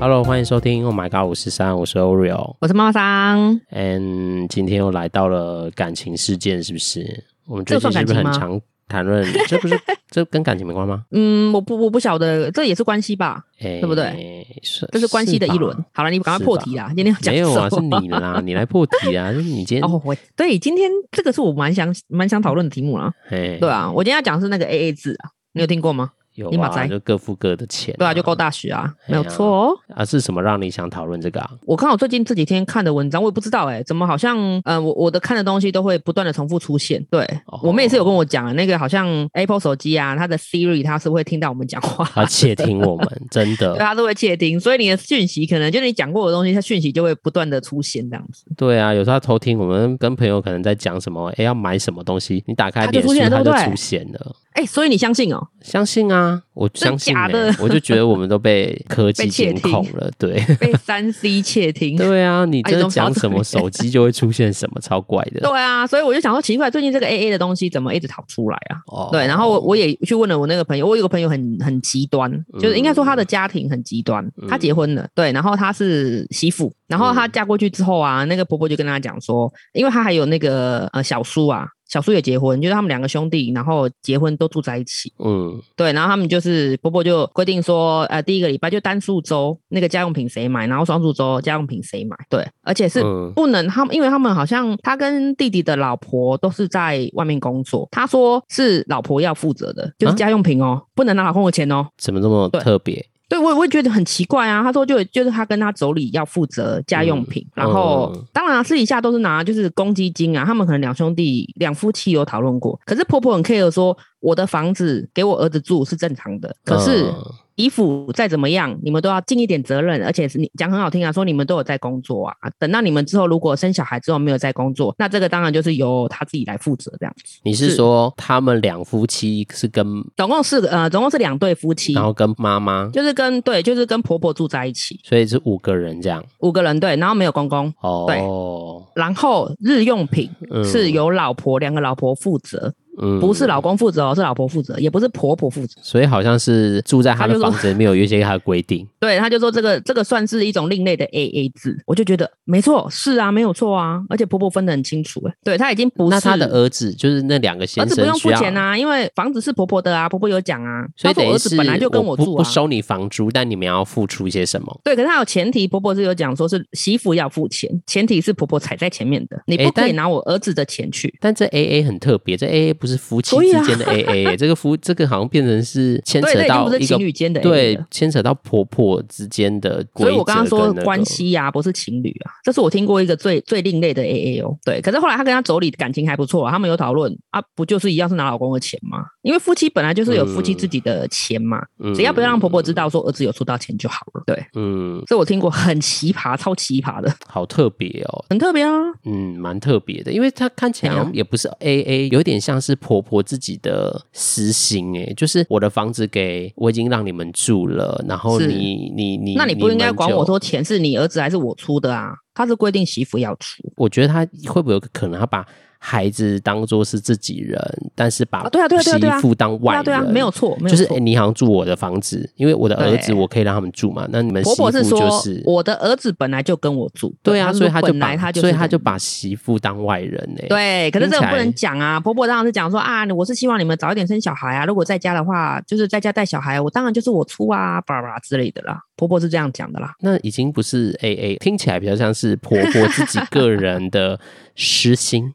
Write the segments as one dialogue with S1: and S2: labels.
S1: Hello，欢迎收听 Oh My God 五十三，我是 Oreo，
S2: 我是猫桑，
S1: and 今天又来到了感情事件，是不是？我们最
S2: 这
S1: 近
S2: 算
S1: 是不是
S2: 感
S1: 很
S2: 情吗
S1: 常谈论？ 这不是这跟感情没关吗？
S2: 嗯，我不我不晓得，这也是关系吧，
S1: 哎、
S2: 对不
S1: 对？是，
S2: 这是关系的一轮
S1: 吧。
S2: 好了，你赶快破题啦！今天要讲
S1: 没有啊，是
S2: 什么
S1: 你 啦，你来破题啊，是你今天，
S2: 哦，我对，今天这个是我蛮想蛮想讨论的题目啦。
S1: 哎、
S2: 对啊，我今天要讲的是那个 A A 制啊，你有听过吗？
S1: 有
S2: 你
S1: 啊，
S2: 马仔
S1: 就各付各的钱、
S2: 对啊，就够大学啊，
S1: 哎
S2: 没
S1: 呀
S2: 有错哦。
S1: 啊，是什么让你想讨论这个 啊？
S2: 我刚好最近这几天看的文章，我也不知道哎、怎么好像呃，我我的看的东西都会不断的重复出现。对、
S1: 哦
S2: 我妹也是有跟我讲啊，那个好像 Apple 手机啊，它的 Siri 它是会听到我们讲话，
S1: 他窃听我们，真
S2: 对，啊
S1: 的，
S2: 它是会窃听，所以你的讯息可能就你讲过的东西，它讯息就会不断的出现这样子，
S1: 对啊，有时候他偷听我们跟朋友可能在讲什么，哎，要买什么东西，你打开
S2: 他就
S1: 脸书
S2: 出现了
S1: 他就
S2: 对不对
S1: 出现了。
S2: 哎、所以你相信哦、
S1: 相信啊，我相信、欸，
S2: 假的
S1: 我就觉得我们都 被科技监控了，对
S2: 被三 C 窃听。
S1: 对啊，你真的讲什么
S2: 哎怎么
S1: 手
S2: 跑
S1: 机就会出现什么，超怪的
S2: 对啊，所以我就想说奇怪，最近这个 A A 的东西怎么一直逃出来啊？
S1: 哦。
S2: 对，然后我我也去问了我那个朋友，我有个朋友很很极端，就是应该说他
S1: 嗯
S2: 的家庭很极端，他结婚了，对，然后他是媳妇，然后
S1: 嗯
S2: 她嫁过去之后啊，那个婆婆就跟她讲说，因为她还有那个呃小叔啊，小叔也结婚，就是他们两个兄弟，然后结婚都住在一起，
S1: 嗯
S2: 对，然后他们就是婆婆就规定说，呃，第一个礼拜就单数周那个家用品谁买，然后双数周家用品谁买，对，而且是
S1: 嗯
S2: 不能他们，因为他们好像他跟弟弟的老婆都是在外面工作，他说是老婆要负责的，就
S1: 啊
S2: 是家用品哦，不能拿老公的钱哦。
S1: 怎么这么特别？
S2: 对我，我也觉得很奇怪啊。他说就就是他跟他妯娌要负责家用品，
S1: 嗯
S2: 然后、
S1: 嗯
S2: 当然、啊、私底下都是拿就是公积金啊，他们可能两兄弟两夫妻有讨论过，可是婆婆很 care 说我的房子给我儿子住是正常的，可是。
S1: 嗯
S2: 衣服再怎么样，你们都要尽一点责任，而且是你讲很好听啊，说你们都有在工作啊。等到你们之后如果生小孩之后没有在工作，那这个当然就是由他自己来负责这样子。
S1: 你是
S2: 是
S1: 说他们两夫妻是跟，
S2: 总共是呃，总共是两对夫妻
S1: 然，后跟妈妈，
S2: 就是跟对，就是跟婆婆住在一起，
S1: 所以是五个人这样
S2: 五个人对，然后没有公公，
S1: 哦。
S2: 然后日用品
S1: 嗯
S2: 是由老婆两个老婆负责，
S1: 嗯
S2: 不是老公负责哦，是老婆负责，也不是婆婆负责。
S1: 所以好像是住在他
S2: 他
S1: 的
S2: 就说
S1: 房子里面有一些他的规定。
S2: 对，他就说这个这个算是一种另类的 A A 制，我就觉得没错，是啊，没有错啊，而且婆婆分得很清楚，哎，对他已经 不是
S1: 那他的儿子就是那两个
S2: 儿
S1: 先
S2: 子不
S1: 生
S2: 用
S1: 需
S2: 付
S1: 要
S2: 钱啊，因为房子是婆婆的啊，婆婆有讲啊，
S1: 所以
S2: 她
S1: 等于
S2: 说我儿子
S1: 是
S2: 本来就跟
S1: 我
S2: 住
S1: 不
S2: 啊
S1: 不，收你房租，但你们要付出一些什么？
S2: 对，可是她有前提，婆婆是有讲说是媳妇要付钱，前提是婆婆踩在前面的，你
S1: 诶
S2: 不可以
S1: 但
S2: 拿我儿子的钱去。
S1: 但这 A A 很特别，这 A A 不是夫妻
S2: 所以
S1: 之
S2: 啊
S1: 间的 A A，、这个夫这个好像变成是牵
S2: 对，这
S1: 扯
S2: 已经
S1: 到
S2: 不是
S1: 一
S2: 情
S1: 个
S2: 侣间的 AA
S1: 对
S2: 了
S1: 牵扯到婆婆之间的规则、那
S2: 所以我刚刚说
S1: 个
S2: 关系呀、不是情侣啊，这是我听过一个最最另类的 A A 哦。对，可是后来她跟她妯娌感情还不错、啊，他们有讨论啊，不就是一样是拿老公的钱吗？因为夫妻本来就是有夫妻自己的钱嘛，
S1: 嗯
S2: 只要不要让婆婆知道说儿子有出到钱就好了。对，
S1: 嗯，
S2: 这我听过很奇葩，超奇葩的，
S1: 好特别哦，
S2: 很特别啊。
S1: 嗯，蛮特别的，因为它看起来
S2: 哎呀
S1: 好像也不是 A A，有点像是婆婆自己的私心哎，就是我的房子给我已经让你们住了，然后
S2: 是
S1: 你你你，
S2: 那你不应该
S1: 们
S2: 管
S1: 就
S2: 我说钱是你儿子还是我出的啊？他是规定媳妇要出
S1: 我觉得他会不会有个可能，他把孩子当做是自己人，但是把
S2: 啊对啊对啊对啊对啊
S1: 媳妇当外人，
S2: 对啊对啊没有错没
S1: 就
S2: 有
S1: 是、哎
S2: 错
S1: 诶你好像住我的房子，因为我的儿子
S2: 对
S1: 我可以让他们住嘛，那你们媳
S2: 婆
S1: 妇
S2: 婆
S1: 就是
S2: 说我的儿子本来就跟我住，
S1: 对啊，
S2: 她是
S1: 所以
S2: 说
S1: 他就
S2: 本来
S1: 把
S2: 他就是
S1: 所以他
S2: 跟
S1: 就把媳妇当外人欸呢、
S2: 对，可是
S1: 听
S2: 这
S1: 起
S2: 种不
S1: 来
S2: 能讲啊！婆婆当然是讲说啊，我是希望你们早一点生小孩啊。如果在家的话，就是在家带小孩，我当然就是我出啊，巴拉巴拉之类的啦。婆婆是这样讲的啦。
S1: 那已经不是 A A，听起来比较像是婆婆自己 个人的私心。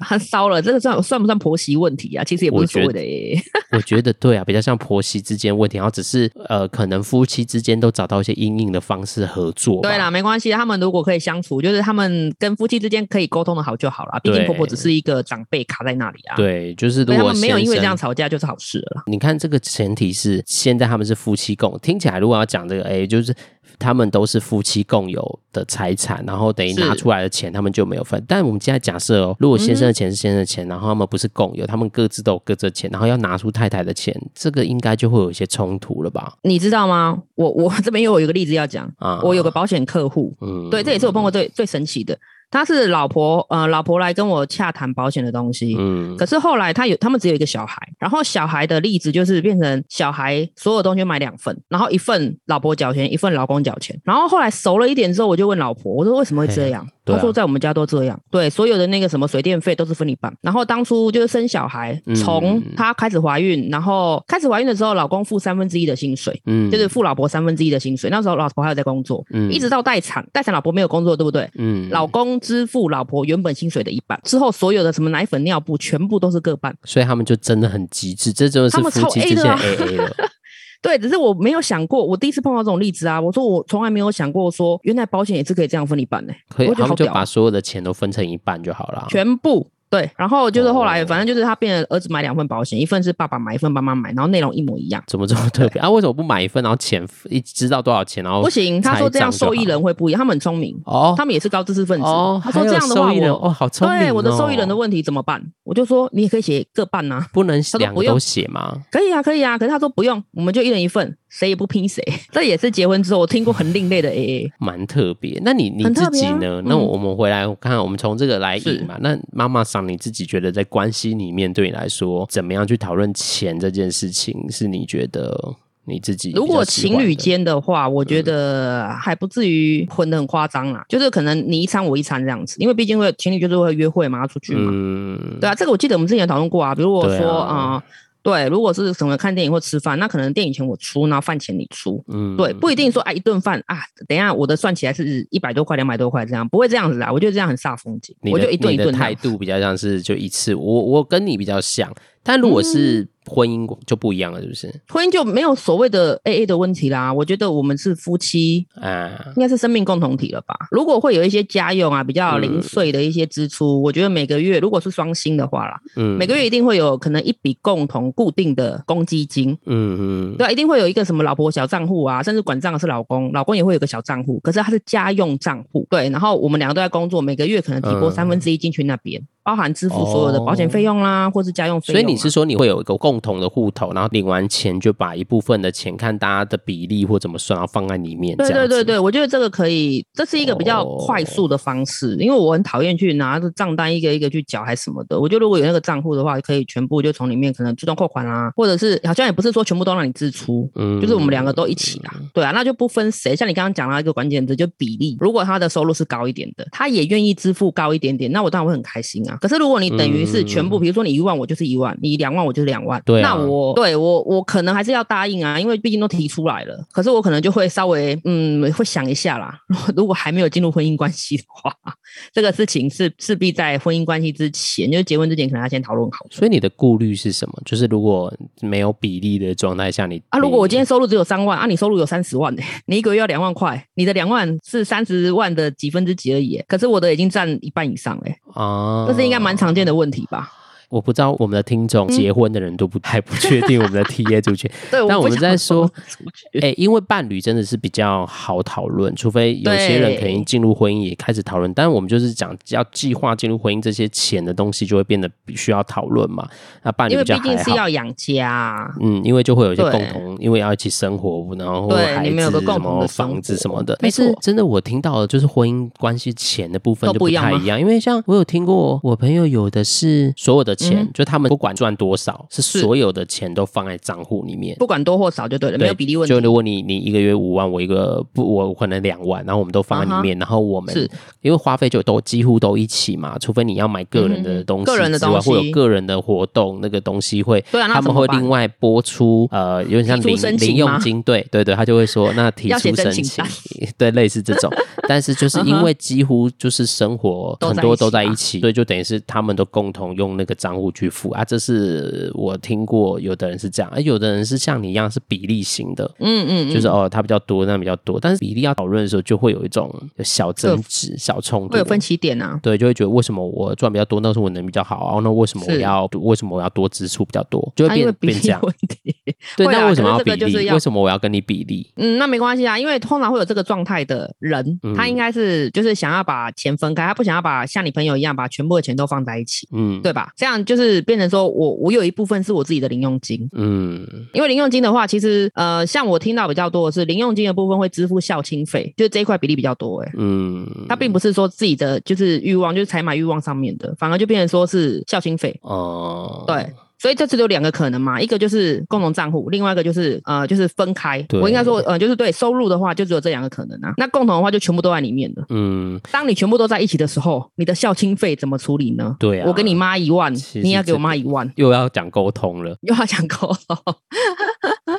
S2: 很骚了，这个算算不算婆媳问题啊？其实也不
S1: 我
S2: 是所
S1: 觉
S2: 谓的耶，
S1: 我觉得对啊，比较像婆媳之间问题，然后只是呃，可能夫妻之间都找到一些阴影的方式合作吧。
S2: 对啦，没关系，他们如果可以相处，就是他们跟夫妻之间可以沟通的好就好啦。毕竟
S1: 对
S2: 婆婆只是一个长辈卡在那里啊，，
S1: 对，就是如
S2: 所以他
S1: 果
S2: 们没有
S1: 先
S2: 因为这
S1: 生
S2: 样吵架就是好事了啦。
S1: 你看，这个前提是现在他们是夫妻共，听起来如果要讲这个，哎、就是他们都是夫妻共有的财产，然后等于
S2: 是
S1: 拿出来的钱他们就没有分。但我们现在假设哦，如果先生的钱是先生的钱，然后他们不是共有，他们各自都有各自的钱，然后要拿出太太的钱，这个应该就会有一些冲突了吧？
S2: 你知道吗？我我 这边又有一个例子要讲，
S1: 啊
S2: 我有个保险客户，
S1: 嗯
S2: 对，这也是我碰过最最神奇的。他是老婆，呃，老婆来跟我洽谈保险的东西，
S1: 嗯
S2: 可是后来他有，他们只有一个小孩，然后小孩的例子就是变成小孩所有东西买两份，然后一份老婆缴钱，一份老公缴钱。然后后来熟了一点之后，我就问老婆，我说为什么会这样？
S1: 对啊
S2: 她说在我们家都这样，对，所有的那个什么水电费都是分一半。然后当初就是生小孩
S1: 嗯，
S2: 从她开始怀孕，然后开始怀孕的时候，老公付三分之一的薪水，
S1: 嗯，
S2: 就是付老婆三分之一的薪水。那时候老婆还有在工作，
S1: 嗯
S2: 一直到待产，待产老婆没有工作，对不对？
S1: 嗯
S2: 老公支付老婆原本薪水的一半，之后所有的什么奶粉、尿布全部都是各半。
S1: 所以他们就真的很极致，这真的是
S2: 他们
S1: 夫
S2: 超
S1: 妻
S2: A
S1: 之
S2: 的
S1: 间
S2: 啊
S1: A A 了，
S2: 对，只是我没有想过，我第一次碰到这种例子啊！我说我从来没有想过说，原来保险也是可以这样分一半呢、
S1: 可以
S2: 我觉
S1: 他
S2: 得好
S1: 们就
S2: 屌啊，
S1: 把所有的钱都分成一半就好了。啊
S2: 全部对。然后就是后来，
S1: 哦
S2: 反正就是他变成儿子买两份保险，一份是爸爸买，一份妈妈买，然后内容一模一样。
S1: 怎么这么特别啊？ 为什么不买一份，然后钱一知道多少钱，然后
S2: 不行，他说这样
S1: 哦拆账就好
S2: 受益人会不一样，他们很聪明，
S1: 哦
S2: 他们也是高知识分子。
S1: 哦，
S2: 他说
S1: 还有
S2: 这样的话
S1: 受益人
S2: 我，
S1: 哦，好聪明哦，
S2: 对我的受益人的问题怎么办？我就说你也可以写各半呐、啊
S1: 不能
S2: 说
S1: 两
S2: 不
S1: 个
S2: 用
S1: 都写吗？
S2: 可以啊，可以啊。可是他说不用，我们就一人一份，谁也不拼谁。 这也是结婚之后我听过很另类的 AA。
S1: 蛮特别，那你你
S2: 很
S1: 自
S2: 特别
S1: 己
S2: 啊
S1: 呢？
S2: 嗯
S1: 那我们回来看看，我们从这个来
S2: 是
S1: 引嘛。那妈妈桑，你自己觉得在关系里面对你来说，怎么样去讨论钱这件事情，是你觉得你自己
S2: 如果
S1: 比较喜
S2: 情
S1: 欢
S2: 侣
S1: 的嗯
S2: 间的话，我觉得还不至于混得很夸张啦，就是可能你一餐我一餐这样子，因为毕竟会情侣就是会约会嘛，要出去嘛，
S1: 嗯，
S2: 对啊，这个我记得我们之前有讨论过啊，比如我
S1: 对啊
S2: 说啊、呃对，如果是什么看电影或吃饭，那可能电影钱我出，然后饭钱你出。
S1: 嗯
S2: 对，不一定说啊，一顿饭啊，等一下我的算起来是一百多块、两百多块这样，不会这样子啦。我觉得这样很煞风景，
S1: 你
S2: 我
S1: 的
S2: 就一顿一
S1: 你
S2: 顿
S1: 的
S2: 这样
S1: 态度比较像是就一次，我我跟你比较像，但
S2: 嗯
S1: 如果是婚姻就不一样了，是不是？
S2: 婚姻就没有所谓的 A A 的问题啦。我觉得我们是夫妻，
S1: 啊，
S2: 应该是生命共同体了吧？如果会有一些家用啊，比较零碎的一些支出，我觉得每个月如果是双薪的话啦，
S1: 嗯，
S2: 每个月一定会有可能一笔共同固定的公积金，
S1: 嗯嗯，
S2: 对、啊，一定会有一个什么老婆小账户啊，甚至管账的是老公，老公也会有个小账户，可是他是家用账户，对，然后我们两个都在工作，每个月可能提
S1: 嗯
S2: 拨三分之一进去那边，包含支付所有的保险费用啦，或是家用费
S1: 哦所
S2: 用啊、
S1: 以你是说你会有一个共同的户头，然后领完钱就把一部分的钱看大家的比例或怎么算，然后放在里面。
S2: 对
S1: 这样
S2: 对
S1: 子哦
S2: 对对，我觉得这个可以，这是一个比较快速的方式，因为我很讨厌去拿着账单一个一个去缴还什么的。我觉得如果有那个账户的话，可以全部就从里面可能自动扣款啊，或者是好像也不是说全部都让你支出。
S1: 嗯
S2: 就是我们两个都一起啦，对啊，那就不分谁。像你刚刚讲到一个关键字，就比例。如果他的收入是高一点的，他也愿意支付高一点点，那我当然会很开心啊。可是如果你等于是全部，比如说你一万，我就是一万；你两万，我就是两万。
S1: 对啊
S2: 那我对我我可能还是要答应啊，因为毕竟都提出来了。可是我可能就会稍微嗯会想一下啦。 如果还没有进入婚姻关系的话，这个事情是势必在婚姻关系之前，就是结婚之前，可能要先讨论好。
S1: 所以你的顾虑是什么？就是如果没有比例的状态下你，
S2: 啊，如果我
S1: 你
S2: 今天收入只有三万，啊，你收入有三十万呢、你一个月要两万块，你的两万是三十万的几分之几而已欸、可是我的已经占一半以上嘞、
S1: 啊，
S2: 这是应该蛮嗯常见的问题吧？
S1: 我不知道我们的听众结婚的人都不还不确定我们的 T A 族群，
S2: 对，
S1: 哦但
S2: 不
S1: 我们
S2: 想
S1: 在说
S2: 出去
S1: 哎、因为伴侣真的是比较好讨论，除非有些人
S2: 对
S1: 可能进入婚姻也开始讨论，但是我们就是讲要计划进入婚姻这些钱的东西，就会变得必须要讨论嘛。那伴侣
S2: 因为
S1: 啊比较
S2: 毕
S1: 还
S2: 竟是
S1: 好。
S2: 要养家，
S1: 嗯，因为就会有一些
S2: 对
S1: 共同，因为要一起生活，然后
S2: 对
S1: 孩
S2: 你们
S1: 子
S2: 有个
S1: 什
S2: 共同
S1: 么
S2: 的生
S1: 房子什么的
S2: 活。
S1: 但
S2: 没
S1: 是
S2: 错
S1: 真的，我听到的就是婚姻关系钱的部分
S2: 都
S1: 就
S2: 不一样
S1: 太
S2: 吗
S1: 一样，因为像我有听过，我朋友有的是所有的钱，
S2: 嗯
S1: 就他们不管赚多少，是
S2: 是
S1: 所有的钱都放在账户里面，
S2: 不管多或少就对了，
S1: 对
S2: 没有比例问
S1: 就如
S2: 题。
S1: 果你你一个月五万，我一个不，我可能两万，然后我们都放在里面，然后我们
S2: 啊是
S1: 因为花费就都几乎都一起嘛，除非你要买个人的
S2: 嗯
S1: 东西之外，
S2: 个人的东西
S1: 会有个人的活动，那个东西会，
S2: 对啊那
S1: 他
S2: 怎
S1: 们
S2: 么
S1: 会
S2: 办
S1: 另外拨出呃，有点像
S2: 提出
S1: 零
S2: 申请
S1: 零
S2: 吗
S1: 用金，对对对，他就会说那提
S2: 要
S1: 出
S2: 写
S1: 申
S2: 申
S1: 请
S2: 请 单，
S1: 对，类似这 种，但是就是因为几乎就是生活
S2: 都
S1: 很
S2: 在
S1: 多
S2: 一起嗯
S1: 都在一
S2: 吧
S1: 起，所以就等于是他们都共同用那个账户去付啊，这是我听过有的人是这样，而哎有的人是像你一样是比例型的，
S2: 嗯嗯嗯，
S1: 就是哦，它比较多，那比较多，但是比例要讨论的时候，就会有一种小争执、小冲突
S2: 会。有分歧点啊。
S1: 对，就会觉得为什么我赚比较多，那是我能比较好啊？那为什么我
S2: 是
S1: 要为什么我要多支出比较多？就
S2: 啊
S1: 会
S2: 因为
S1: 变变
S2: 比
S1: 这
S2: 例
S1: 样。
S2: 问题，
S1: 对，
S2: 会啊
S1: 那为什么
S2: 可是
S1: 比
S2: 这个就是
S1: 例？
S2: 要
S1: 为什么我要跟你比例？
S2: 嗯，那没关系啊，因为通常会有这个状态的人，
S1: 嗯
S2: 他应该是就是想要把钱分开，他不想要把像你朋友一样把全部的钱都放在一起。
S1: 嗯，，
S2: 对吧？这样就是变成说我我有一部分是我自己的零用金，
S1: 嗯，
S2: 因为零用金的话，其实呃，像我听到比较多的是零用金的部分会支付孝亲费，就是这一块比例比较多、欸，哎。
S1: 嗯，
S2: 它并不是说自己的就是欲望，就是采买欲望上面的，反而就变成说是孝亲费。
S1: 哦，
S2: 对，所以这只有两个可能嘛，一个就是共同账户，另外一个就是呃就是分开。
S1: 对
S2: 我应该说呃就是对收入的话，就只有这两个可能啊。那共同的话就全部都在里面的。
S1: 嗯，
S2: 当你全部都在一起的时候，你的孝亲费怎么处理呢？
S1: 对啊，
S2: 我给你妈一万
S1: 其，实
S2: 你也要给
S1: 这
S2: 我妈一万，
S1: 又要讲沟通了，
S2: 又要讲沟通。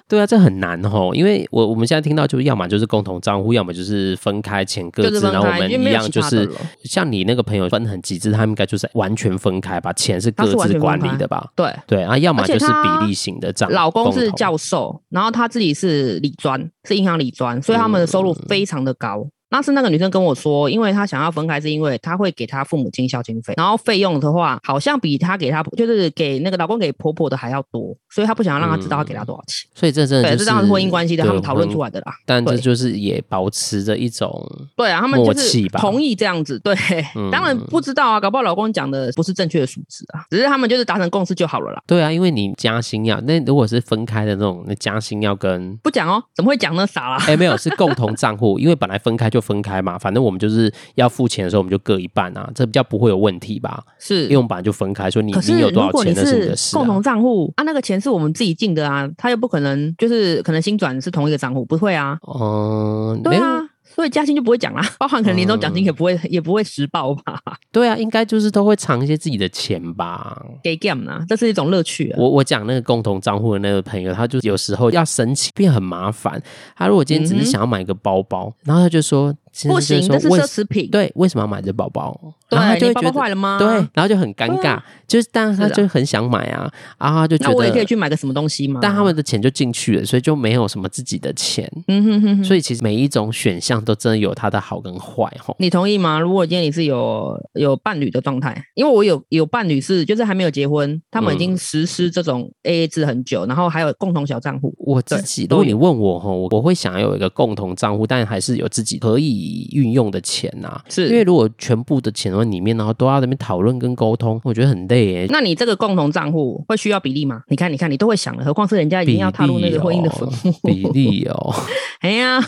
S1: 对啊，这很难吼，因为我我们现在听到就是要么就是共同账户，要么就是分开钱各
S2: 就是
S1: 自，
S2: 分
S1: 然后我
S2: 开
S1: 们
S2: 因为
S1: 一
S2: 没有
S1: 样
S2: 其
S1: 就
S2: 他
S1: 是
S2: 的了
S1: 像你那个朋友分很极致，他们应该就是完全分开吧，钱是
S2: 他
S1: 各
S2: 是完
S1: 自
S2: 全分
S1: 管理
S2: 开
S1: 的吧？
S2: 对，
S1: 对啊，要么
S2: 而且
S1: 就是
S2: 他
S1: 比例型的账，
S2: 老公是
S1: 同
S2: 教授，然后她自己是理专，是银行理专，所以他们的收
S1: 嗯
S2: 入非常的高。那是那个女生跟我说，因为她想要分开，是因为她会给她父母亲孝敬费，然后费用的话，好像比她给她就是给那个老公给婆婆的还要多，所以她不想要让她知道她给她多少钱。
S1: 所以这真的
S2: 对，
S1: 嗯就
S2: 这当然是婚姻关系的，
S1: 对
S2: 他们讨论
S1: 婚
S2: 出来的啦。
S1: 但这
S2: 对
S1: 就是也保持着一种，
S2: 对啊，他们就
S1: 默契
S2: 是
S1: 吧
S2: 同意这样子。对，
S1: 嗯
S2: 当然不知道啊，搞不好老公讲的不是正确的数字啊，只是他们就是达成共识就好了啦。
S1: 对啊，因为你加薪要，那如果是分开的那种，那加薪要跟
S2: 不讲哦，怎么会讲呢？傻啦。
S1: 哎、没有，是共同账户，因为本来分开就分开嘛，反正我们就是要付钱的时候，我们就各一半啊，这比较不会有问题吧？
S2: 是
S1: 因为我们本来就分开，所以你
S2: 可是
S1: 你有
S2: 如
S1: 多
S2: 果
S1: 少
S2: 你
S1: 钱那是你的事、
S2: 共
S1: 啊
S2: 同。账户啊，那个钱是我们自己进的啊，他又不可能就是可能新转是同一个账户，不会啊，
S1: 嗯，没
S2: 对
S1: 有，嗯
S2: 啊。所以加薪就不会讲啦，包含可能年终奖金也不会、也不会实报吧，
S1: 对啊，应该就是都会藏一些自己的钱吧。
S2: 给 game 啦，这是一种乐趣啊。
S1: 我我讲那个共同账户的那个朋友，他就有时候要申请，变很麻烦。他如果今天只
S2: 嗯
S1: 是
S2: 哼
S1: 想要买个包包，然后他就说，先
S2: 不
S1: 生
S2: 行，
S1: 就
S2: 这
S1: 说
S2: 是
S1: 为
S2: 奢侈品。
S1: 对，为什么要买这包包？然后他
S2: 对，
S1: 就会
S2: 你包
S1: 觉
S2: 包
S1: 得
S2: 坏了吗？
S1: 对，然后就很尴
S2: 啊对
S1: 尬
S2: 啊，
S1: 就是但是他
S2: 是啊
S1: 就很想买啊，啊，他就觉
S2: 那
S1: 得
S2: 我也可以去买个啊什么东西吗？
S1: 但他们的钱就进去了，所以就没有什么自己的钱。
S2: 嗯哼哼哼，
S1: 所以其实每一种选项都真的有它的好跟坏吼。
S2: 你同意吗？如果今天你是有有伴侣的状态，因为我有有伴侣是就是还没有结婚，他们已
S1: 嗯
S2: 经实施这种 AA 制很久，然后还有共同小账户，
S1: 我自
S2: 对
S1: 己，如
S2: 都
S1: 果你问我吼，我我会想要有一个共同账户，但还是有自己可以运用的钱呐、
S2: 是
S1: 因为如果全部的钱都在里面，然后都要在那边讨论跟沟通，我觉得很累耶。
S2: 那你这个共同账户会需要比例吗？你看，你看，你都会想了，何况是人家已经要踏入那个婚姻的坟墓。
S1: 哦比例哦，
S2: 哎呀，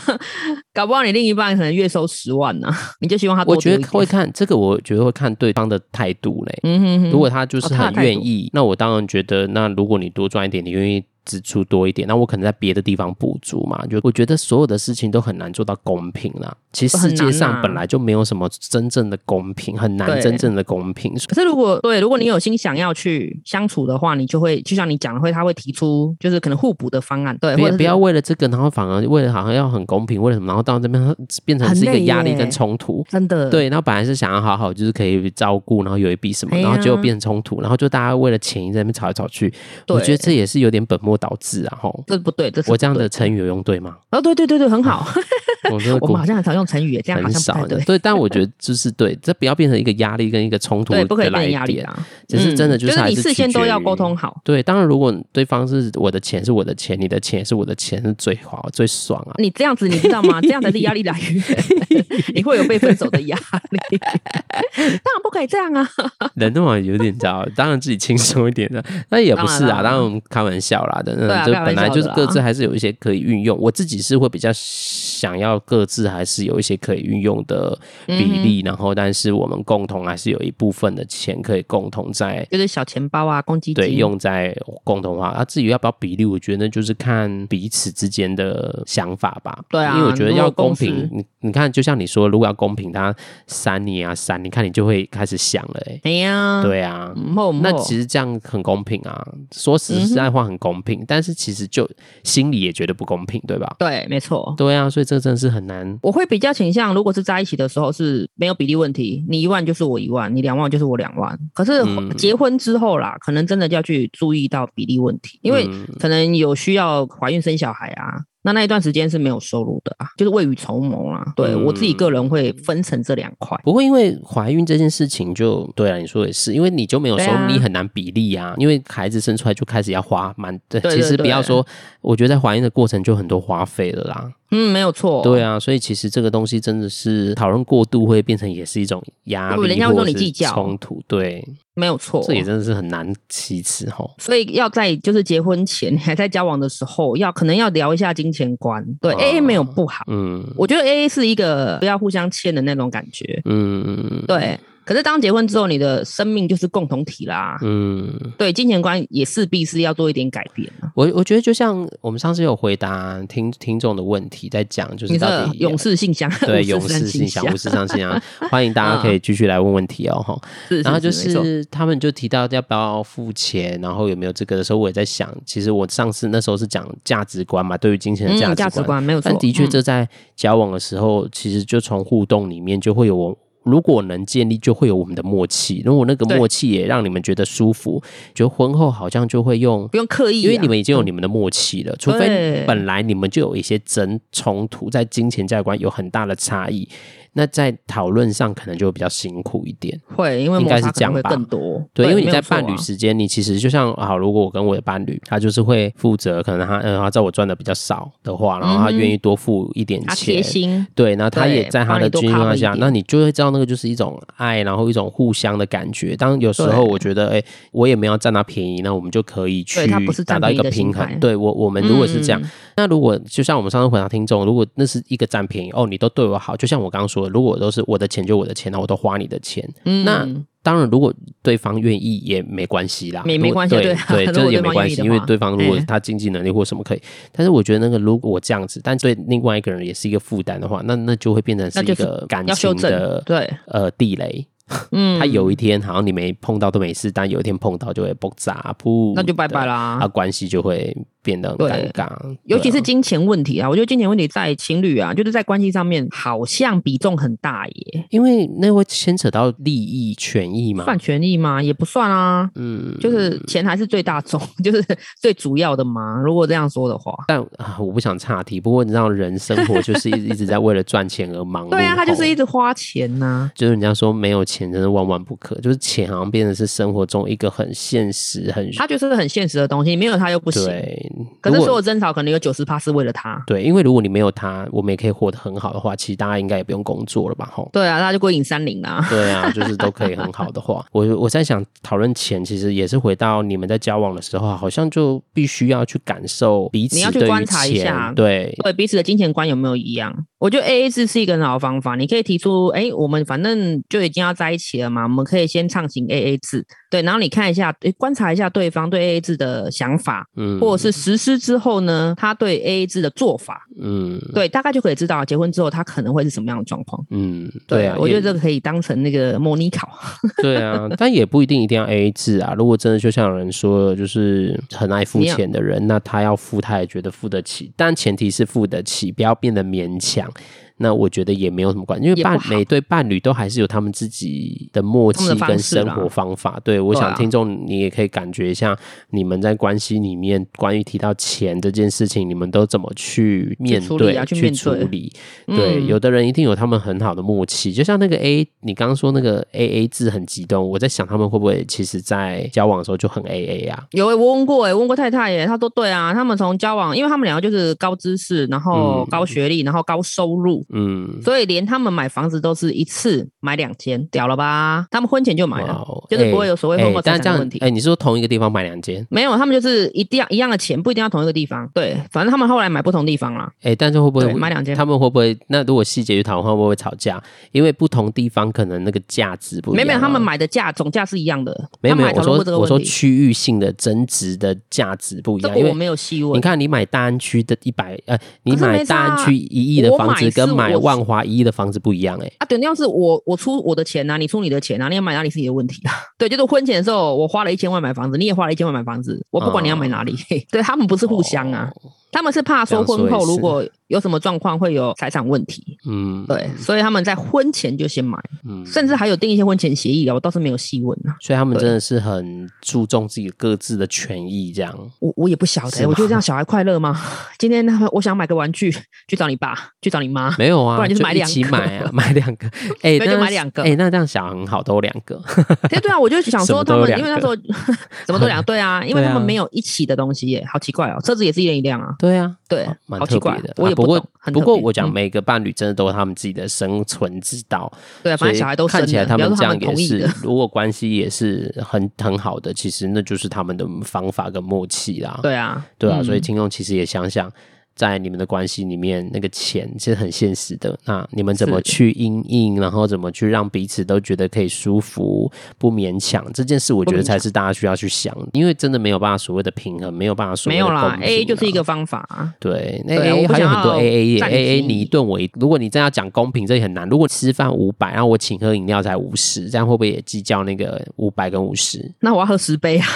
S2: 搞不好你另一半可能月收十万呢、你就希望他多
S1: 我觉
S2: 留
S1: 得
S2: 一点
S1: 会，看这个，我觉得会看对方的态度嘞。
S2: 嗯哼哼，
S1: 如果他就是
S2: 哦他的
S1: 很
S2: 态
S1: 愿
S2: 度
S1: 意，那我当然觉得，那如果你多赚一点，你愿意支出多一点，那我可能在别的地方补足嘛。就我觉得所有的事情都很难做到公平啦。其实
S2: 很
S1: 世界
S2: 难
S1: 上
S2: 啊
S1: 本来就没有什么真正的公平，很难
S2: 对
S1: 真正的公平。
S2: 可是如果对，如果你有心想要去相处的话，你就会就像你讲的会，他会提出就是可能互补的方案，对，
S1: 不
S2: 或
S1: 要
S2: 者
S1: 不要
S2: 是
S1: 为了这个，然后反而为了好像要很公平，为了什么，然后到这边变成
S2: 很
S1: 是一个
S2: 累
S1: 压力跟
S2: 耶
S1: 冲突。
S2: 真的，
S1: 对，然后本来是想要好好，就是可以照顾，然后有一笔什么，
S2: 哎
S1: 然后结果
S2: 呀
S1: 变成冲突，然后就大家为了钱一直在那边吵来吵去，我
S2: 对
S1: 觉得这也是有点本末倒置啊！吼，
S2: 这不对，这是
S1: 我这样
S2: 不对
S1: 的成语有用对吗？
S2: 哦，对对对对，很好，
S1: 我真的
S2: 我
S1: 估
S2: 们好像很少用成语耶，这样好
S1: 很
S2: 像不
S1: 少
S2: 太
S1: 的，
S2: 对，
S1: 对，但我觉得就是对，这不要变成一个压力跟一个冲突
S2: 对，不可
S1: 的
S2: 以变
S1: 来
S2: 成压力
S1: 点。
S2: 啦，
S1: 只是真的
S2: 嗯
S1: 就
S2: 就是
S1: 还
S2: 你
S1: 是
S2: 事先
S1: 取
S2: 都
S1: 决
S2: 要
S1: 于
S2: 沟通好，
S1: 对，当然如果对方是我的钱是我的钱，你的钱也是我的钱，是最好最爽啊！
S2: 你这样子，你知 道吗？这样才是压力来源， 你会有被分手的压力。当然不可以这样啊！
S1: 人的嘛有点糟，当然自己轻松一点 的，那也不是啊，
S2: 当然啦
S1: 当然我们开玩笑啦，等等，
S2: 对啊
S1: 就
S2: 开玩
S1: 本来
S2: 笑
S1: 就是
S2: 的啦
S1: 各自还是有一些可以运用。我自己是会比较想要各自还是有一些可以运用的比
S2: 嗯
S1: 例，然后但是我们共同还是有一部分的钱可以共同在
S2: 就是小钱包啊，公积金
S1: 对，用在共同化。啊，至于要不要比例，我觉得那就是看彼此之间的想法吧。
S2: 对啊
S1: 因为我觉得要公
S2: 如果
S1: 平，
S2: 公
S1: 你你看，就像你说，如果要公平，他删你啊删，你看你就会开始想了、欸，
S2: 哎呀，，
S1: 对啊。
S2: 后
S1: 那其
S2: 实
S1: 实这样很公平啊，说实在话很公平，但是其实就心里也觉得不公平，对吧？
S2: 对，没错。
S1: 对啊，所以这真的是很难。
S2: 我会比较倾向，如果是在一起的时候是没有比例问题，你一万就是我一万，你两万就是我两万。可是
S1: 嗯
S2: 结婚之后啦，可能真的就要去注意到比例问题，因为
S1: 嗯
S2: 可能有需要怀孕生小孩啊，那那一段时间是没有收入的啊，就是未雨绸缪啦。对、
S1: 嗯
S2: 我自己个人会分成这两块。
S1: 不过，因为怀孕这件事情就，对啊，你说也是，因为你就没有收入，
S2: 对啊
S1: 你很难比例啊。因为孩子生出来就开始要花蛮，对，
S2: 对对
S1: 其实不要说，我觉得在怀孕的过程就很多花费了啦。
S2: 嗯，没有错。
S1: 对啊，所以其实这个东西真的是讨论过度会变成也是一种压力，
S2: 对人家会说
S1: 或者是
S2: 你计较
S1: 冲突，对，
S2: 没有错，
S1: 这也真的是很难启齿吼。
S2: 所以要在就是结婚前，你还在交往的时候，要可能要聊一下金钱观。对、
S1: 哦
S2: a A 没有不好，
S1: 嗯
S2: 我觉得 A A 是一个不要互相欠的那种感觉。
S1: 嗯，
S2: 对，可是当结婚之后，你的生命就是共同体啦。
S1: 嗯，
S2: 对，金钱观也势必是要做一点改变啊。
S1: 我我觉得就像我们上次有回答听听众的问题，在讲 就是
S2: 你
S1: 到
S2: 的
S1: 底
S2: 勇士信箱，
S1: 对
S2: 武士
S1: 勇士
S2: 三
S1: 信
S2: 箱
S1: 箱、无，事上信箱，欢迎大家可以继续来问问题哦哈。
S2: 是
S1: 然后就
S2: 没错
S1: 是他们就提到要不要付钱，然后有没有这个的时候，我也在想，其实我上次那时候是讲价值观嘛，对于金钱的
S2: 嗯
S1: 价
S2: 价
S1: 值
S2: 值观没有错，
S1: 但的确，
S2: 嗯
S1: 这在交往的时候，其实就从互动里面就会有我。如果能建立，就会有我们的默契。如果那个
S2: 对
S1: 默契也让你们觉得舒服，就婚后好像就会用
S2: 不，用刻意啊，嗯
S1: 因为你们已经有你们的默契了。除非
S2: 对
S1: 本来你们就有一些争冲突，在金钱价值观有很大的差异，那在讨论上可能就会比较辛苦一点。
S2: 会因为
S1: 应
S2: 摩
S1: 该
S2: 擦
S1: 是
S2: 可
S1: 这样
S2: 能会
S1: 吧
S2: 更多，
S1: 对，因为
S2: 没
S1: 你
S2: 有
S1: 在
S2: 错
S1: 伴侣
S2: 啊
S1: 时间，你其实就像啊，如果我跟我的伴侣，他就是会负责，可能他嗯，他知道我赚的比较少的话，然后他愿意多付一点
S2: 嗯他
S1: 钱
S2: 贴，心，
S1: 对，那他
S2: 对
S1: 也在他的
S2: 帮你多
S1: 军况
S2: cover 一
S1: 下，
S2: 点
S1: 那你就会知道那个就是一种爱，然后一种互相的感觉。当有时候
S2: 对
S1: 我觉得，哎、我也没有占他便宜，那我们就可以去
S2: 对他不是
S1: 达
S2: 占
S1: 到一
S2: 便宜
S1: 个
S2: 的心
S1: 平
S2: 态
S1: 衡。对我，我们如果是这样，
S2: 嗯
S1: 那如果就像我们上次回答听众，如果那是一个占便宜，哦，你都对我好，就像我刚刚说的，如果都是我的钱就我的钱，那我都花你的钱，
S2: 嗯
S1: 那当然，如果对方愿意也没关系啦，
S2: 也
S1: 如
S2: 没
S1: 果
S2: 关系
S1: 对
S2: 对啊
S1: 对，
S2: 如
S1: 这
S2: 果
S1: 也
S2: 对
S1: 没
S2: 方
S1: 关
S2: 愿意
S1: 系，
S2: 的
S1: 因为
S2: 话
S1: 对方如果
S2: 哎
S1: 他经济能力或什么可以，但是我觉得那个如果我这样子，但对另外一个人也是一个负担的话，那那就会变成是
S2: 那
S1: 一
S2: 就是
S1: 个感
S2: 要修
S1: 情
S2: 正
S1: 的，
S2: 对，
S1: 呃地雷。
S2: 嗯，
S1: 他有一天好像你没碰到都没事，但有一天碰到就会爆炸，噗，
S2: 那就拜拜
S1: 对，
S2: 啦
S1: 啊，。关系就会变得很
S2: 对
S1: 尴尬，
S2: 尤其
S1: 对
S2: 是
S1: 啊
S2: 金钱问题啊，我觉得金钱问题在情侣啊，就是在关系上面好像比重很大耶，
S1: 因为那会牵扯到利益、权益嘛，
S2: 算权利吗？也不算啊，
S1: 嗯，
S2: 就是钱还是最大宗， 就是最主要的嘛。如果这样说的话，
S1: 但啊，我不想岔题。不过你知道，人生活就是 一直一直在为了赚钱而忙碌。
S2: 对啊，他就是一
S1: 吼
S2: 直花钱呐、
S1: 就是人家说没有钱真的万万不可，就是钱好像变成是生活中一个很现实、很
S2: 他就是很现实的东西，没有他又不行。
S1: 对。
S2: 可是
S1: 如果
S2: 所有争吵可能有九十趴是为了他。
S1: 对，因为如果你没有他，我们也可以活得很好的话，其实大家应该也不用工作了吧？吼。
S2: 对啊，那就归隐山林啦。
S1: 对啊，就是都可以很好的 话，我我在想讨论钱，其实也是回到你们在交往的时候，好像就必须要去感受彼此
S2: 你要去
S1: 对于
S2: 观察一
S1: 钱
S2: 下
S1: 对，
S2: 对彼此的金钱观有没有一样？我觉得 A A 制是一个很好的方法。你可以提出，哎，我们反正就已经要在一起了嘛，我们可以先畅行 A A 制。对，然后你看一下，哎，观察一下对方对 A A 制的想法，
S1: 嗯，
S2: 或者是实施之后呢，他对 A A 制的做法，
S1: 嗯
S2: 对，大概就可以知道结婚之后他可能会是什么样的状况。
S1: 嗯，对啊，
S2: 我觉
S1: 也
S2: 得这个可以当成那个模拟考。
S1: 对啊，但也不一定一定要 A A 制啊。如果真的就像有人说的，就是很爱付
S2: 你要
S1: 钱的人，那他要付，他也觉得付得起，但前提是付得起，不要变得勉强。那我觉得也没有什么关系，因为
S2: 也不
S1: 伴
S2: 好
S1: 每对伴侣都还是有他们自己的默
S2: 他
S1: 契
S2: 们的
S1: 跟
S2: 方式
S1: 生
S2: 啦
S1: 活方法。对，我
S2: 对啊
S1: 想听众你也可以感觉一下，你们在关系里面关于提到钱这件事情，你们都怎么去面
S2: 处
S1: 对、
S2: 理啊去
S1: 去
S2: 面
S1: 处
S2: 对
S1: 理？对，
S2: 嗯
S1: 有的人一定有他们很好的默契，就像那个 A，你刚刚说那个 A A 制很极端，我在想他们会不会其实在交往的时候就很 A A 啊？
S2: 有诶、我问过诶、问过太太耶、她说对啊，他们从交往，因为他们两个就是高知识，然后
S1: 嗯
S2: 高学历，然后高收入，
S1: 嗯，
S2: 所以连他们买房子都是一次买两间，屌了吧？他们婚前就买
S1: 哇
S2: 了，
S1: 哦
S2: 就是不会有所谓
S1: 哎
S2: 婚后
S1: 哎但
S2: 财
S1: 这
S2: 产
S1: 样
S2: 的问题。
S1: 哎，你是说同一个地方买两间？
S2: 没有，他们就是一定要一样的钱，不一定要同一个地方。对，反正他们后来买不同地方啦。
S1: 哎，但是会不会
S2: 对买两间
S1: 他们会不会？那如果细节去讨论，会不会吵架？因为不同地方可能那个价值不一
S2: 没
S1: 样、啊
S2: 有，他们。买的价总价是一样的。
S1: 没有
S2: 他
S1: 没有
S2: 们还，
S1: 我
S2: 讨论过这
S1: 说
S2: 个
S1: 我说
S2: 问题。
S1: 区域性的增值的价值不一
S2: 这
S1: 样，
S2: 个
S1: 因为
S2: 我没有细
S1: 你
S2: 问。
S1: 看，你买大安区的一百，呃，你
S2: 可是
S1: 买
S2: 没差
S1: 大
S2: 啊
S1: 安区一亿的
S2: 我
S1: 房
S2: 买
S1: 子跟
S2: 是
S1: 买
S2: 我
S1: 万华一亿的房子不一样、欸，
S2: 啊，对，那要是我我出我的钱呐、啊你出你的钱呐、你要买哪里是你的问题啊。 对，就是婚前的时候，我花了一千万买房子，你也花了一千万买房子，我不管你要买哪里，
S1: 啊
S2: 嘿 对他们不是互相
S1: 哦
S2: 啊，他们是怕
S1: 这
S2: 说
S1: 样说
S2: 婚
S1: 也
S2: 后如
S1: 是
S2: 果有什么状况会有财产问题，
S1: 嗯，
S2: 对，所以他们在婚前就先买，
S1: 嗯，
S2: 甚至还有订一些婚前协议啊，我倒是没有细问啊，
S1: 所以他们
S2: 对
S1: 真的是很注重自己各自的权益，这样。
S2: 我我也不晓得、
S1: 是
S2: 我觉
S1: 吗
S2: 得这样小孩快乐吗？ 今天他们我想买个玩具，去找你爸，去找 你妈，
S1: 没有啊，
S2: 不然就是买
S1: 一起
S2: 两个
S1: 买啊， 买两 个，哎、
S2: 对
S1: 那
S2: 就买两个
S1: 哎、那这样想很好，都有两个，
S2: 对对啊，我就想
S1: 什么
S2: 说
S1: 都
S2: 他
S1: 有
S2: 们，
S1: 两
S2: 因为那时候 怎么都两 对啊，因为
S1: 对啊
S2: 他们没有一起的东西耶，好奇怪哦，车子也是一人一辆啊，
S1: 对啊，
S2: 对
S1: 哦，蛮
S2: 好
S1: 特
S2: 奇
S1: 别
S2: 怪
S1: 的，。
S2: 我也
S1: 啊、不
S2: 懂
S1: 过，
S2: 很
S1: 不
S2: 特
S1: 过
S2: 别
S1: 我讲
S2: 嗯
S1: 每个伴侣真的都有他们自己的生存之道，
S2: 对啊，
S1: 所
S2: 反
S1: 以
S2: 正小孩都生
S1: 看起来
S2: 了，
S1: 他
S2: 不要
S1: 们
S2: 说
S1: 这
S2: 他
S1: 样
S2: 们
S1: 也
S2: 同意
S1: 是
S2: 的，，
S1: 如果关系也是很 很好的，其实那就是他们的方法跟默契啦。
S2: 对啊，
S1: 对啊，
S2: 嗯
S1: 所以听众其实也想想，在你们的关系里面，那个钱是很现实的。那你们怎么
S2: 是
S1: 去应应，然后怎么去让彼此都觉得可以舒服，不勉强这件事，我觉得
S2: 不勉强
S1: 才是大家需要去想，因为真的没有办法所谓的平衡，没有办法所谓
S2: 没
S1: 的
S2: 有啦
S1: 公平
S2: ，A A 就是
S1: 啊
S2: 一个方法啊。
S1: 对，那
S2: 对啊
S1: A
S2: 我
S1: A
S2: 不
S1: 还有
S2: 想
S1: 很多
S2: 要
S1: A A 耶
S2: 占你
S1: ，A A
S2: 便宜
S1: 你一顿我一，如果你真要讲公平，这也很难。如果吃饭五百，然后我请喝饮料才五十，这样会不会也计较那个五百跟五十？
S2: 那我要喝十杯啊，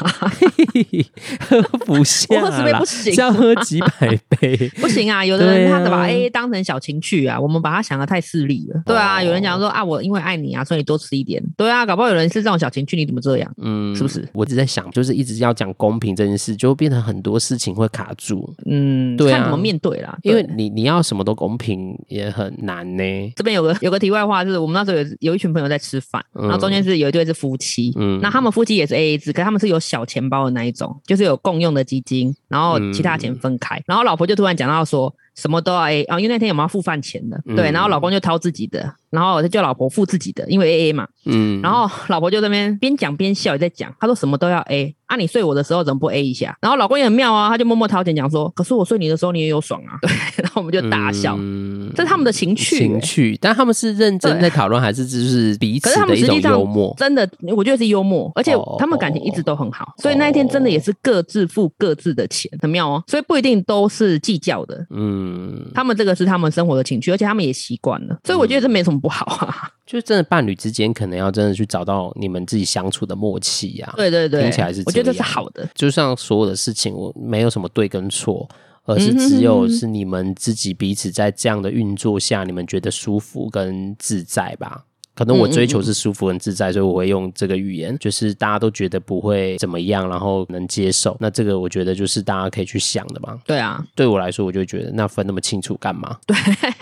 S1: 喝不下啦，
S2: 我喝十杯不 行
S1: 是要喝几百杯
S2: 不行啊！有的人
S1: 对啊哦
S2: 他把 A A 当成小情趣啊，我们把它想的太势利了。对啊，有人讲说啊，我因为爱你啊，所以你多吃一点。对啊，搞不好有人是这种小情趣，你怎么这样？
S1: 嗯，
S2: 是不是？
S1: 我一直在想，就是一直要讲公平这件事，就会变成很多事情会卡住，
S2: 嗯，
S1: 对啊
S2: 看怎么面对啦。
S1: 因为
S2: 对
S1: 你你要什么都公平也很难呢。
S2: 这边有个有 个题外话，就是我们那时候有有一群朋友在吃饭，
S1: 嗯
S2: 然后中间是有一对是夫妻，
S1: 嗯
S2: 那他们夫妻也是 A A 制，可他们是有小钱包的那一种，就是有共用的基金，然后其他钱分
S1: 嗯
S2: 开。然后老婆就突然讲到说，什么都要 A 啊、因为那天我们要付饭钱的，
S1: 嗯
S2: 对。然后老公就掏自己的，然后我就叫老婆付自己的，因为 A A 嘛。
S1: 嗯，
S2: 然后老婆就在那边边讲边笑，也在讲，她说什么都要 A 啊，你睡我的时候怎么不 A 一下？然后老公也很妙啊，他就默默掏钱讲说，可是我睡你的时候你也有爽啊， 对。然后我们就大笑，
S1: 嗯
S2: 这是他们的情趣、
S1: 情
S2: 欸
S1: 趣，但他们是认真在讨论，还是就是彼
S2: 可是
S1: 此
S2: 他
S1: 的
S2: 们
S1: 一
S2: 实
S1: 种
S2: 际上
S1: 幽默？
S2: 真的，我觉得是幽默，而且
S1: 哦
S2: 他们感情一直都很好，所以那一天真的也是各自付各自的钱，很妙哦。所以不一定都是计较的，
S1: 嗯，
S2: 他们这个是他们生活的情趣，而且他们也习惯了，所以我觉得这没什么不好啊。
S1: 就真的伴侣之间可能要真的去找到你们自己相处的默契呀、
S2: 对对对，
S1: 嗯听起来是
S2: 我觉得
S1: 这
S2: 这是
S1: 样
S2: 好的。
S1: 就像所有的事情，我没有什么对跟错，而是
S2: 嗯哼
S1: 只有
S2: 哼哼
S1: 是你们自己彼此在这样的运作下，你们觉得舒服跟自在吧。可能我
S2: 嗯嗯
S1: 追求是舒服跟自在，所以我会用这个语言，就是大家都觉得不会怎么样，然后能接受。那这个我觉得就是大家可以去想的吧。
S2: 对啊，
S1: 对我来说，我就会觉得那分那么清楚干 嘛？对，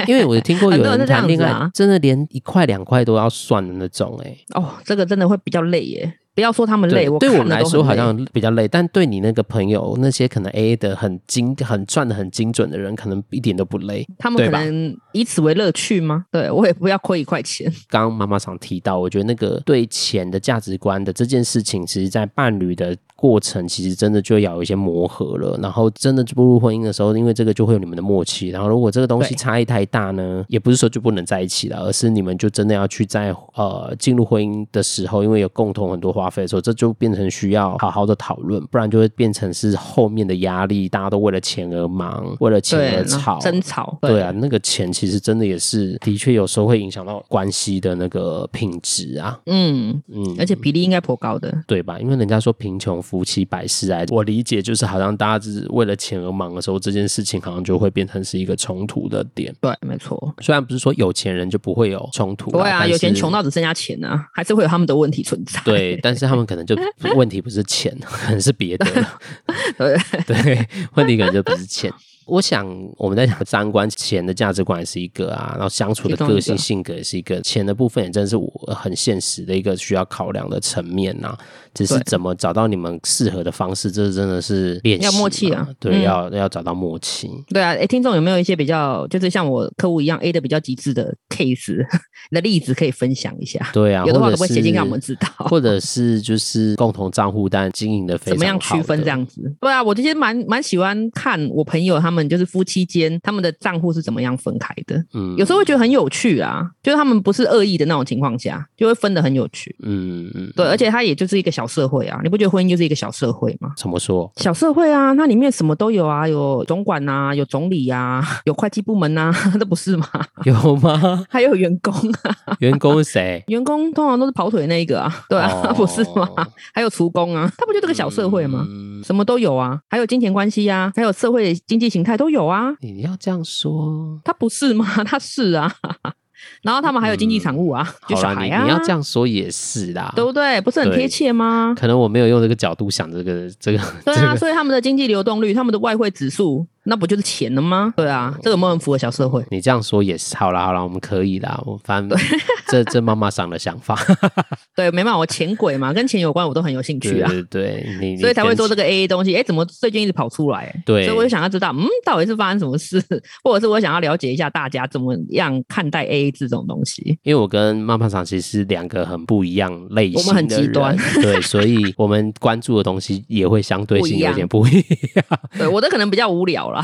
S1: 因为我听过有
S2: 很多人
S1: 人
S2: 是这样
S1: 谈
S2: 子
S1: 恋爱，
S2: 啊
S1: 真的连一块两块都要算的那种、欸，
S2: 哦，这个真的会比较累耶。不要说他们累，
S1: 对，
S2: 我
S1: 对我
S2: 看
S1: 们
S2: 了
S1: 来
S2: 都很
S1: 说好
S2: 累
S1: 像比较累，但对你那个朋友那些可能 A A 的很精、很赚的很精准的人，可能一点都不累。
S2: 他们
S1: 对
S2: 可
S1: 吧
S2: 能以此为乐趣吗？对我也不要亏一块钱。
S1: 刚刚妈妈常提到，我觉得那个对钱的价值观的这件事情，其实在伴侣的过程，其实真的就要有一些磨合了。然后真的步入婚姻的时候，因为这个就会有你们的默契。然后如果这个东西
S2: 对
S1: 差异太大呢，也不是说就不能在一起了，而是你们就真的要去在呃进入婚姻的时候，因为有共同很多花费的时候，这就变成需要好好的讨论，不然就会变成是后面的压力，大家都为了钱而忙，为了钱而
S2: 对，然后
S1: 吵，
S2: 争吵，
S1: 对啊，，那个钱其实真的也是，的确有时候会影响到关系的那个品质啊，
S2: 嗯，
S1: 嗯，
S2: 而且比例应该颇高的。
S1: 对吧？因为人家说贫穷夫妻百事哀，我理解就是好像大家只是为了钱而忙的时候，这件事情好像就会变成是一个冲突的点。
S2: 对，没错。
S1: 虽然不是说有钱人就不会有冲突啦，
S2: 不会啊，
S1: 但
S2: 有钱
S1: 是
S2: 穷到只剩下钱啊，还是会有他们的问题存在。
S1: 对，但是他们可能就问题不是钱，可能是别的。
S2: 对，
S1: 对，问题可能就不是钱。我想我们在讲三观，钱的价值观也是一个啊，然后相处的
S2: 其中一个
S1: 个性性格也是一个，钱的部分也真的是我很现实的一个需要考量的层面呐、只是
S2: 对
S1: 怎么找到你们适合的方式，这真的是练习嘛，
S2: 要默契啊
S1: 对，
S2: 嗯
S1: 要要找到默契。
S2: 对啊，哎，听众有没有一些比较，就是像我客户一样 A 的比较极致的 case 的例子可以分享一下？
S1: 对啊，
S2: 有的话
S1: 或
S2: 可
S1: 者
S2: 不可以
S1: 是
S2: 写信让我们知道？
S1: 或者是就是共同账户，但经营的非常
S2: 怎么样
S1: 好
S2: 区分
S1: 的
S2: 这？样子？对啊，我这些蛮蛮喜欢看我朋友他们就是夫妻间他们的账户是怎么样分开的，
S1: 嗯
S2: 有时候会觉得很有趣啊，就是他们不是恶意的那种情况下，就会分得很有趣。
S1: 嗯嗯，
S2: 对，而
S1: 且
S2: 且它也就是一个小社会啊，你不觉得婚姻就是一个小社会吗？
S1: 怎么说？
S2: 小社会啊，那里面什么都有啊，有总管呐、有总理呀、啊， 有会计部门呐、啊， 这不是吗？
S1: 有吗？
S2: 还有员工啊，
S1: 员工是谁？
S2: 员工通常都是跑腿那一个啊，对啊，
S1: 哦
S2: 不是吗？还有厨工啊，他不就这个小社会吗？
S1: 嗯
S2: 什么都有啊，还有金钱关系呀、啊，还有社会经济形态都有啊，
S1: 你要这样说，
S2: 他不是吗？ 他是啊，然后他们还有经济产物啊，就
S1: 好
S2: 小
S1: 啦，
S2: 孩
S1: 你
S2: 啊，
S1: 你要这样说也是啦，
S2: 对不对？不是很
S1: 对
S2: 贴切吗？
S1: 可能我没有用这个角度想这个 这个，
S2: 对啊，所以他们的经济流动率、他们的外汇指数，那不就是钱了吗？对啊，这有没有很符合小社会？
S1: 你这样说也是，好啦好啦，我们可以啦，我反正 这这妈妈桑的想 法，
S2: 对，没办法，我钱鬼嘛，跟钱有关我都很有兴趣
S1: 对
S2: 啊，
S1: 对对，你
S2: 所以才会做这
S1: 个，
S2: 个 A A 东西。哎，怎么最近一直跑出来？
S1: 对
S2: 所以我就想要知道，嗯，到底是发生什么事，或者是我想要了解一下大家怎么样看待 A A 制这种东西。
S1: 因为我跟妈妈桑其实是两个很不一样类型的人，
S2: 我们很极端
S1: 对，所以我们关注的东西也会相对性
S2: 不一样
S1: 有点不一样，
S2: 对我的可能比较无聊啦。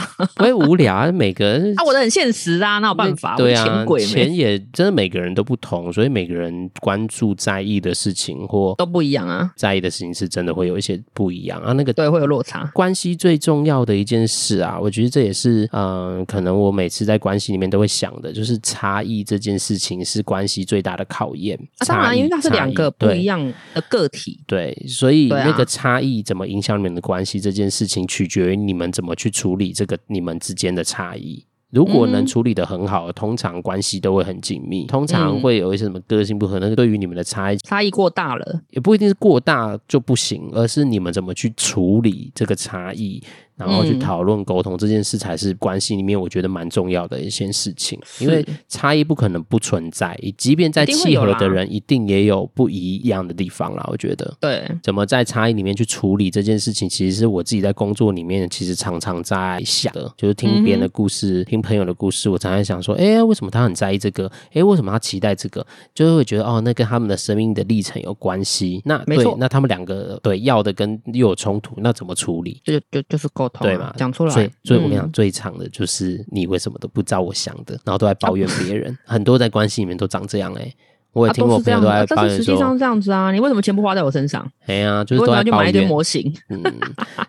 S1: 因为无聊啊，每个人
S2: 啊，我的很现实啊，哪有办法？
S1: 对
S2: 我
S1: 啊
S2: 钱，鬼没
S1: 钱也真的每个人都不同，所以每个人关注在意的事情或
S2: 都不一样啊，
S1: 在意的事情是真的会有一些不一样啊。那个
S2: 对，会有落差。
S1: 关系最重要的一件事啊，我觉得这也是嗯、呃可能我每次在关系里面都会想的，就是差异这件事情是关系最大的考验。
S2: 啊、当
S1: 差
S2: 然，
S1: 异
S2: 因为它是
S1: 差
S2: 两
S1: 异
S2: 个不
S1: 对
S2: 一样的个体，
S1: 对，所以
S2: 对啊
S1: 那个差异怎么影响你们的关系这件事情，取决于你们怎么去处理这个你们之间的差异。如果能
S2: 嗯
S1: 处理的很好，通常关系都会很紧密，通常
S2: 嗯
S1: 会有一些什么个性不合，那个对于你们的差异
S2: 差异过大了，
S1: 也不一定是过大就不行，而是你们怎么去处理这个差异，然后去
S2: 嗯
S1: 讨论沟通这件事，才是关系里面我觉得蛮重要的一件事情。因为差异不可能不存在，即便在
S2: 一定会
S1: 契
S2: 有
S1: 合
S2: 啦
S1: 的人，一定也有不一样的地方啦。我觉得，
S2: 对，
S1: 怎么在差异里面去处理这件事情，其实是我自己在工作里面其实常常在想的，就是
S2: 嗯
S1: 听别人的故事、听朋友的故事，我常常想说，哎，为什么他很在意这个？哎，为什么他期待这个？就会觉得哦，那跟他们的生命的历程有关系。那
S2: 没
S1: 对
S2: 错
S1: 那他们两个对要的跟又有冲突，那怎么处理？
S2: 就就就是沟通啊、
S1: 对嘛？
S2: 讲出来，
S1: 所以，所以我跟你
S2: 嗯
S1: 讲，最长的就是你为什么都不照我想的，然后都在抱怨别人。很多在关系里面都长这样哎、诶我也
S2: 哦啊
S1: 听
S2: 都
S1: 过
S2: 是这
S1: 朋友都
S2: 样的
S1: 在
S2: 啊，
S1: 抱
S2: 但是
S1: 怨
S2: 实际上
S1: 说
S2: 是，这样子啊，你为什么钱不花在我身上？
S1: 哎呀，就
S2: 你
S1: 是
S2: 为
S1: 都在
S2: 什么要去
S1: 抱
S2: 买一堆
S1: 怨。
S2: 模型？
S1: 嗯，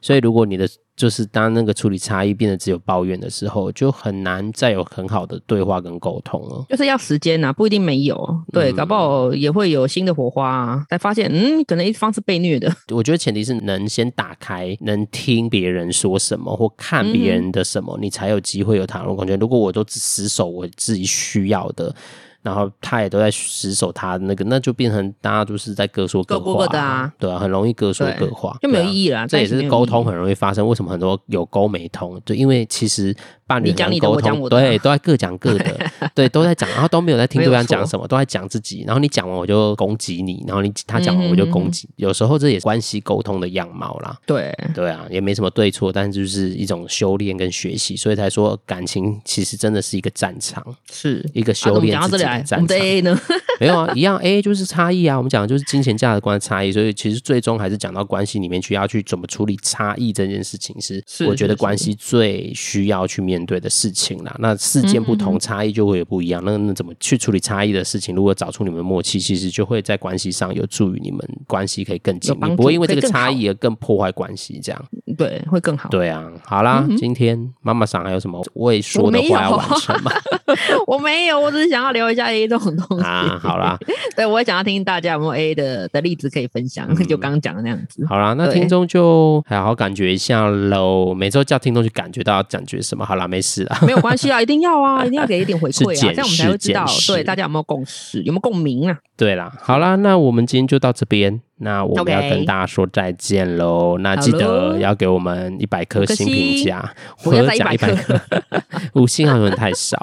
S1: 所以如果你的就是当那个处理差异变得只有抱怨的时候，就很难再有很好的对话跟沟通了。
S2: 就是要时间啊，不一定没有，对，
S1: 嗯
S2: 搞不好也会有新的火花啊，才发现，嗯，可能一方是被虐的，
S1: 我觉得前提是能先打开，能听别人说什么或看别人的什么，你才有机会有讨论空间。如果我都只死守我自己需要的。然后他也都在死守他的那个，那就变成大家就是在各说
S2: 各
S1: 话，
S2: 过各的啊
S1: 对啊，很容易各说各
S2: 对
S1: 话，
S2: 就没有
S1: 对啊
S2: 意义啦。
S1: 这也
S2: 在一起没
S1: 是
S2: 有
S1: 沟
S2: 意义
S1: 通很容易发生。为什么很多有沟没通？就因为其实伴侣
S2: 你讲
S1: 很
S2: 你的
S1: 沟
S2: 我讲
S1: 通，
S2: 我的啊
S1: 对，都在各讲各的， 对，都在讲，然后都没有在听
S2: 没
S1: 对
S2: 有
S1: 方讲
S2: 错
S1: 什么，都在讲自己。然后你讲完我就攻击你，然后你他讲完
S2: 嗯
S1: 我就攻击。有时候这也是关系沟通的样貌啦。
S2: 对，
S1: 对啊，也没什么对错，但就是一种修炼跟学习，所以才说感情其实真的是一个战场，
S2: 是。
S1: 一个
S2: 啊，那
S1: 修
S2: 我们
S1: 炼
S2: 讲到
S1: 自己
S2: 这里
S1: 的
S2: 来，我
S1: 战
S2: 们的
S1: 场。
S2: AA 呢？
S1: 没有啊，一 样 A 就是差异啊，我们讲的就是金钱价值观的差异，所以其实最终还是讲到关系里面去，要去怎么处理差异这件事情是，
S2: 是
S1: 我觉得
S2: 是是
S1: 关系最需要去面对的事情啦。那事件不
S2: 嗯
S1: 同，差异就会有不一样。那那怎么去处理差异的事情？如果找出你们的默契，其实就会在关系上有助于你们关系可以更紧
S2: 有
S1: 密
S2: 帮，助
S1: 不会因为这个
S2: 可以更好
S1: 差异而更破坏关系。这样
S2: 对，会更好。嗯
S1: 对啊，好啦，今天妈妈桑还有什么未说的
S2: 我没有
S1: 话要完成吗？
S2: 我没有，我只是想要聊一下 AA 这种东西。
S1: 啊，好啦，
S2: 对，我也想要听听大家有没有 AA 的的例子可以分享，就
S1: 嗯
S2: 刚刚讲的那样子。
S1: 好啦，那
S2: 对
S1: 听众就好好感觉一下喽。每周叫听众去感觉到要感觉什么。好啦，没事啦。
S2: 没有关系啊，一定要啊，一定要给一点回馈
S1: 是
S2: 啊，
S1: 检
S2: 这样我们才会
S1: 视
S2: 知道
S1: 检视
S2: 对大家有没有共识，有没有共鸣啊。
S1: 对啦，好啦，那我们今天就到这边。那我们
S2: OK
S1: 要跟大家说再见喽。那记
S2: 好
S1: 得
S2: 咯
S1: 要给我们一百颗
S2: 五颗
S1: 星评价，
S2: 不要再
S1: 讲
S2: 100
S1: 百颗， 五星好像有点太 少。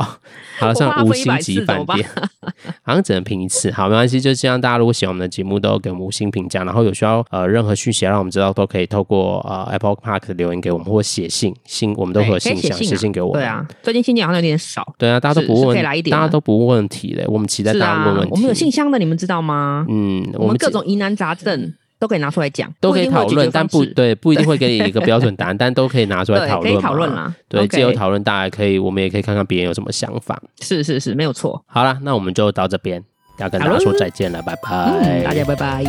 S1: 好
S2: 我怕
S1: 像
S2: 分
S1: 五星
S2: 100
S1: 级
S2: 次怎
S1: 饭
S2: 么办
S1: 店， 好像只能评一次。好，没关系，就希望大家如果喜欢我们的节目，都给我们五星评价。然后有需要呃任何讯息要让我们知道，都可以透过呃 Apple Park 留言给我们，或写信信，我们都会有
S2: 对可
S1: 信
S2: 以写
S1: 箱，
S2: 信啊
S1: 写信给我们。
S2: 对啊，最近信件好像有点少，
S1: 对啊，大家都
S2: 是
S1: 不
S2: 是
S1: 问，
S2: 可以来一点
S1: 大家
S2: 的
S1: 都不问问题嘞。我们期待
S2: 是
S1: 大家
S2: 啊
S1: 问问题。，
S2: 我们有信箱的，你们知道吗？
S1: 嗯，
S2: 我们各
S1: 只
S2: 种疑难杂症都可以拿出来讲，
S1: 嗯都
S2: 不
S1: 可
S2: 一
S1: 以
S2: 定会
S1: 讨
S2: 有解
S1: 论
S2: 决，
S1: 但
S2: 方
S1: 不
S2: 式
S1: 对，不一定会给你一个标准答案，但都可以拿出来
S2: 对
S1: 讨
S2: 可
S1: 论
S2: 以
S1: 嘛。
S2: 讨论啦。
S1: 对，
S2: OK
S1: 借由讨论，大家可以，我们也可以看看别人有什么想法。
S2: 是是是，没有错。
S1: 好啦，那我们就到这边，要跟大家说再见了，拜拜，
S2: 嗯嗯，大家拜拜。